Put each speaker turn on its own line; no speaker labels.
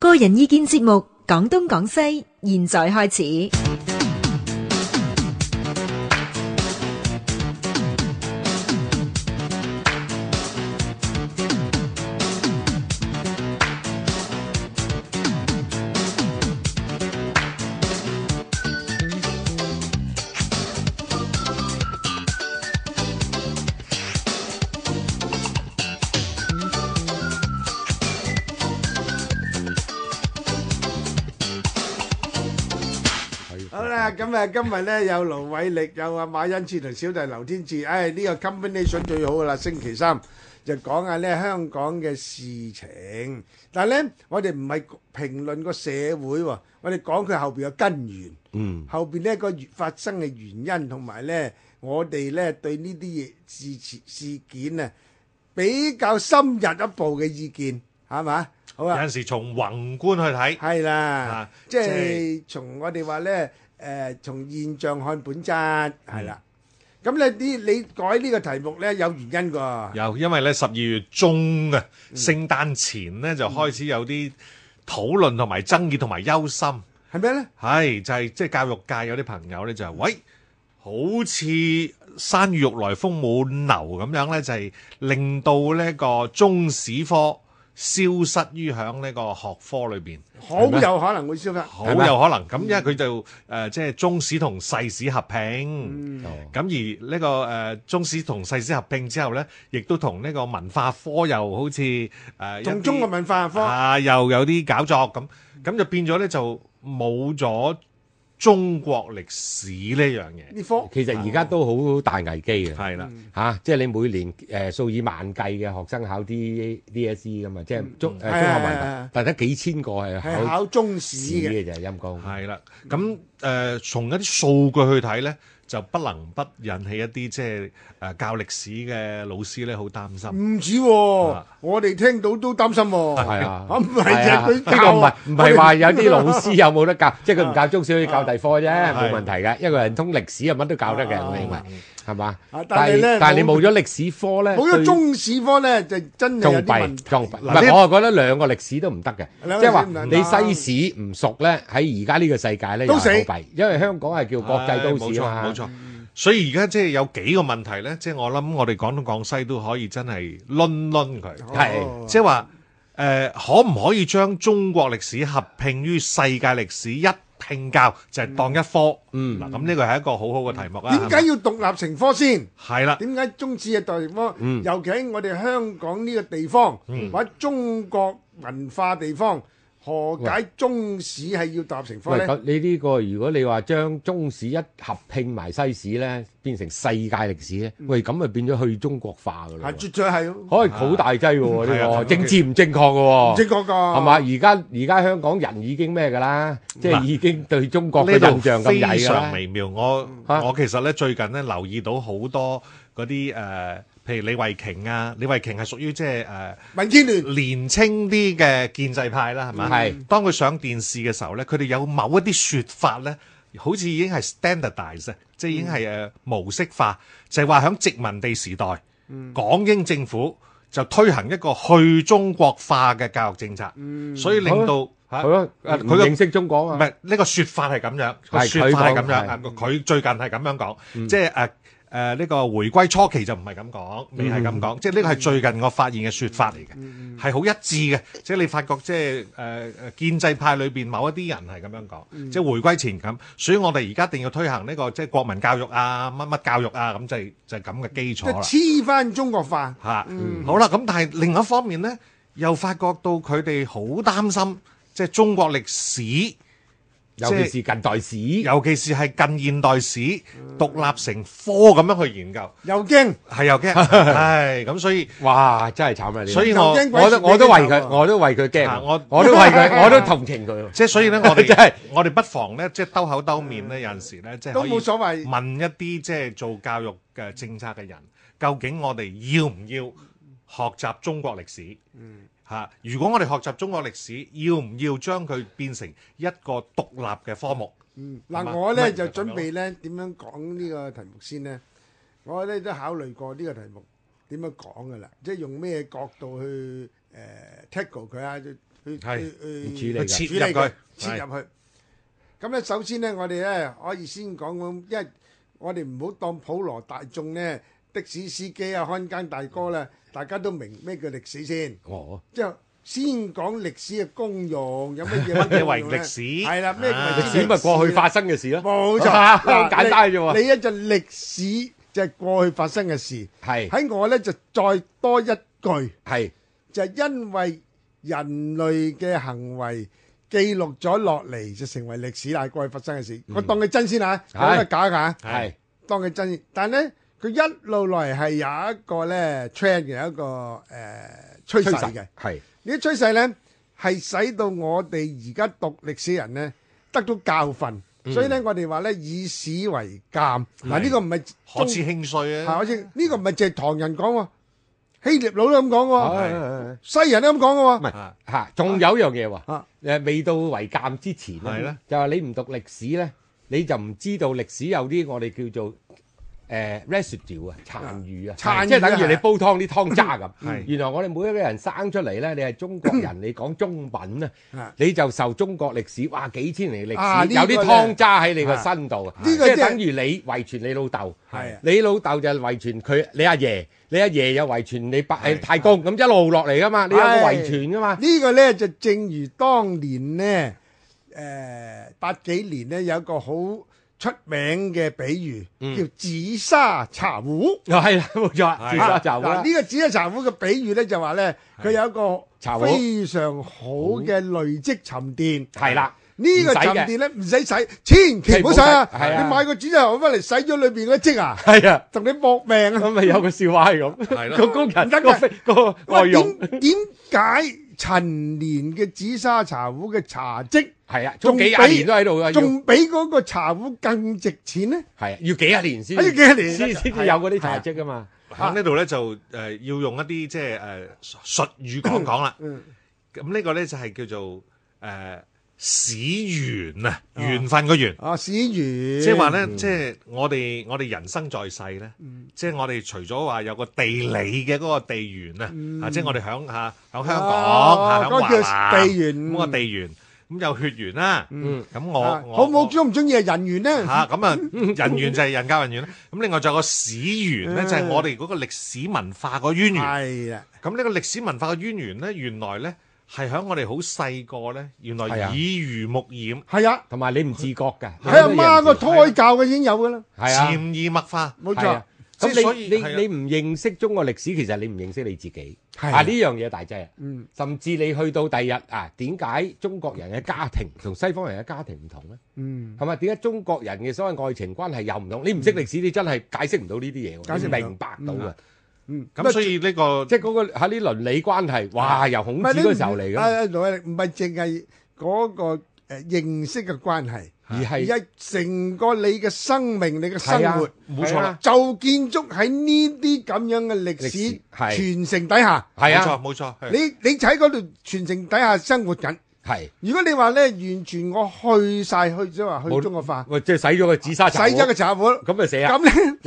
個人意見節目《講東講西》，現在開始。
好啦，咁啊，今日咧有盧偉力，有阿馬恩志同小弟劉天志，唉，呢個 combination 最好噶啦。星期三就講下咧香港嘅事情，但係咧我哋唔係評論個社會喎，我哋講佢後邊嘅根源，嗯，後邊呢個發生嘅原因同埋咧我哋咧對呢啲嘢事事件啊比較深入一步嘅意見，係嘛？好啊。
有陣時從宏觀去睇，
係啦，
啊，
即係
即係-
從我哋話呢，誒，從現象看本質，
嗯
係啦。咁呢，呢-你改呢個題目呢，有原因㗎。
有，因為呢，12月中啊，
嗯
聖誕前呢，就開始有啲討論同埋爭議同埋憂心。係，就係即係教育界有啲朋友呢，就係，喂，好似山雨欲來風滿樓咁樣呢，就係令到呢個中史科消失於響呢個學科裏邊。係咩？
好有可能會消失，
好
係咪？
有可能咁，因為佢就誒即係中史同世史合併，
嗯，
咁而呢個誒中史同世史合併之後咧，亦都同呢個文化科又好似誒
同
一啲
中國文化學科，
啊又有啲搞作咁，咁就變咗咧就冇咗中國歷史呢樣嘢，
呢科，
其實而家都好大危機嘅嚇、
係啦，
即係你每年誒、呃、數以萬計嘅學生考 D DSE 噶嘛，啊即係中
係
誒、中學
嗯係係係
文憑，但得幾千個係考試
係考中史嘅。
嘅就陰公。
係啦，咁誒從一啲數據去睇咧，就不能不引起一啲即係誒教歷史嘅老師咧好擔心。
唔止喎，
啊。
我哋聽到都擔心喎。
係 啊，
啊，唔係啫，
啊
佢教
呢個唔係
啊，
唔
我哋
係話有啲老師有冇得教，即係佢唔教中小，可以教第科啫，
啊
冇問題嘅。因為人通歷史啊，乜都教得嘅，我認為係嘛
啊。但
但
係咧
係但係 你
冇
冇咗歷史科咧，對
冇咗中史科呢，就真係
仲
有啲問題。
弊仲弊，唔
嗱呢
係我係覺得兩個歷史都唔得嘅，
兩個
即係話
歷史唔能夠
你西史唔熟咧，喺而家呢個世界咧
都
又
死
係好弊，因為香港係叫國際都市啊
唉
嘛
冇錯冇。錯。所以而家即係有幾個問題咧，即係我諗我哋廣東廣西都可以真係攆攆佢，
哦，
係，
即係話誒可唔可以將中國歷史合併於世界歷史一拼教，就係、當一科。
嗯
嗱咁呢個係一個好好嘅題目啊。係
點
咪
解要獨立成科先？
係啦？
點解中史嘅代方，
嗯
尤其喺我哋香港呢個地方，或者中國文化地方，何解中史係要搭成科
喂，
咧？
咁你呢個如果你話將中史一合拼埋西史咧，變成世界歷史咧，喂咁咪變咗去中國化㗎啦
係
喎，
啊絕對係唔
可以好大劑喎
係啊
呢
係啊
個，政治唔正確㗎喎
正。確㗎，
係嘛？？而家而家香港人已經咩㗎啦？即係
嗱
已經對中國嘅
呢度
印象咁曳
非
㗎
常
啦。
微妙。我
嚇
我其實咧最近咧留意到好多嗰啲誒，譬如李慧瓊啊，李慧瓊係屬於即係誒。
民建聯
年青啲嘅建制派啦，係咪？
係
當佢上電視嘅時候咧，佢哋有某一啲説法咧，好似已經係 standardise，即係已經係誒模式化，就係話喺殖民地時代，港英政府就推行一個去中國化嘅教育政策，所以令到嚇
係咯，
誒
唔
佢個
認識中國
唔
啊嘛。
係呢個説法係咁樣，個
係
説法係咁樣啊
佢講係
佢最近係咁樣講，即係誒誒呢個回歸初期就唔係咁講，未係咁講，即係呢個係最近我發現嘅説法嚟嘅，係好一致嘅。即係你發覺即係誒誒建制派裏邊某一啲人係咁樣講，即係回歸前咁，所以我哋而家一定要推行呢個即係國民教育啊、乜乜教育啊，咁就係就係咁嘅基
即
礎啦。
係黐翻中國化，
嚇、好啦，咁但係另一方面呢，又發覺到佢哋好擔心，即係中國歷史。
尤其是近代史，
尤其是係近現代史獨立成科咁樣去研 究，
又驚
係又驚，係咁所以
哇，真係慘啊！你
所以
又
我
驚鬼
我都我都為佢，
我
我都為佢
啊
驚，
我
我都為佢，我都同情佢。
即係所以咧，我哋
真係
我哋不妨咧，即係兜口兜面咧，有陣時咧，即係
都
可以
冇所謂。
問一啲即係做教育嘅政策嘅人，究竟我哋要唔要學習中國歷史？嗯，嚇！如果我哋學習中國歷史，要唔要將佢變成一個獨立嘅科目？
嗯
係嘛
嗱，我咧
咪
就
就咁
準
樣
備咧點樣講呢個題目先咧？我咧都考慮過呢個題目點樣講噶啦，即係用咩角度去誒 tackle 佢啊，去去
係
去
去處理㗎
去
切入佢
切入去。咁咧，首先咧，我哋咧可以先講講，因為我哋唔好當普羅大眾咧，的士司機啊、看更大哥啦，大家都明咩叫歷史先。
哦，
即係先講歷史嘅功用，有乜嘢乜
乜嘢為歷史
係啦，咩
啊
為
歷史咪過去發生嘅事咯，
冇錯，
啊
嗱
簡單啫喎
你你一陣歷史就係過去發生嘅事，
係
喺我咧就再多一句，
係
就係因為人類嘅行為。記錄咗落嚟就成為歷史啦，過去發生嘅事，我當佢真先嚇，
嗯係
冇得假㗎。
係
當佢真，但係咧佢一路落嚟係有一個咧 trend 嘅有一個誒、呃、趨勢嘅。
係
呢啲趨勢咧係使到我哋而家讀歷史人咧得到教訓，
嗯
所以咧我哋話咧以史為鑑。嗱呢個唔係
可知輕
係
率啊！
我知呢個唔係淨係唐人講喎，希臘佬都咁講
係
係
喎，西人都咁講
唔
嘅喎。
係
啊
嚇，仲有一樣嘢喎
啊，
誒未到為鑑之前
係
咧
啦，
就話你唔讀歷史咧，你就唔知道歷史有啲我哋叫做誒 residue 啊殘餘啊，
殘餘啊
即係等於你煲湯啲湯渣咁
係。
原來我哋每一個人生出嚟咧，你係中國人，你講中文咧
啊，
你就受中國歷史哇幾千年嘅
啊
歷
呢
史，
個
有啲湯渣喺你個
咧
身度啊，
啊
即
呢個
係
即係
等於你遺傳你老豆。
係啊
你老豆就遺傳佢，你阿爺，你阿爺又遺傳你伯
係
太公，咁一路落嚟噶嘛，你有個
係
遺傳噶嘛，
呢個咧就正如當年咧誒八幾年咧有一個好出名嘅比喻
嗯
叫紫砂茶壺。
又哦係啦，冇錯，
係
自
啊
殺就
嗱，
啦
呢，個紫砂茶壺嘅比喻咧，就話咧佢有一
茶
個
壺
非常好嘅累積沉澱。
係啦
呢個
唔使
沉
嘅
澱咧唔使洗，千祈唔好洗啊！
唔使係啊
你買個紫砂壺翻嚟洗咗裏邊嗰積啊，
係啊，
同你搏命 啊！
咁咪有個笑話係
係
咁，
啦
個工人
唔得嘅
個飛個外
喂
傭
點點解陳年嘅紫砂茶壺嘅茶漬
係啊，
仲
仲幾廿年都喺度啊，要
仲比嗰個茶壺更值錢呢？
係啊，要幾廿年先，
要幾廿年
先先至有嗰
啊
啲茶跡噶嘛，
喺呢度咧就誒要用一啲即係誒術語講講啦。
嗯，
咁呢個咧就係叫做誒史緣啊，緣分個緣。
啊，史源，
即係話咧，
嗯
即係我哋我哋人生在世咧，即係我哋除咗話有個地理嘅嗰個地緣啊，啊，即係我哋響下響香
嗯
港
哦
啊，響
嗰個叫
華
地
南
緣
咁個地緣，咁有血緣啦，咁我
啊
我
好唔好
我
中唔中意係人緣 呢？
嚇咁啊，人緣就係人教人緣啦。咁另外仲有個史緣咧，
嗯
就係我哋嗰個歷史文化個淵源。
係啊啦，
咁呢個歷史文化嘅淵源咧，原來咧係響我哋好細個咧，原來
係啊
耳濡目染、
係啊。
同埋你唔自覺㗎，
喺阿
你都有
啊媽個
人
胎教嘅已經有㗎啦，
係啊。
潛移默化。
冇
係
錯
啊。咁
即係所以
你
係啊
你你唔認識中國歷史，其實你唔認識你自己。
係
啊，呢樣嘢大劑啊！
嗯
甚至你去到第日啊，點解中國人嘅家庭同西方人嘅家庭唔同咧？
嗯，
係咪？點解中國人嘅所謂愛情關係又唔同？你唔識歷史，你真係解釋唔到呢啲嘢
解釋唔
喎，
到
你明白到嘅。
嗯，
咁所以呢個
即係嗰個喺啲倫理關係，哇！由孔
唔
子
係你
嗰時候嚟
啊
嘅，
啊羅偉力唔係淨係嗰個誒認識嘅關係，
而
而
係
係成個你嘅生命、你嘅生
係啊
活，
冇錯啦
就建築喺呢啲咁樣嘅歷
歷
史
史係
傳承底下，
係啊，
冇錯冇錯，
你你喺嗰度傳承底下生活緊。
係
如果你話咧，完全我去晒去咗話去
冇
中國化，
喂，即係使咗個紫砂
洗
茶壺，
咗個茶壺，
咁咪死啊！
咁咧。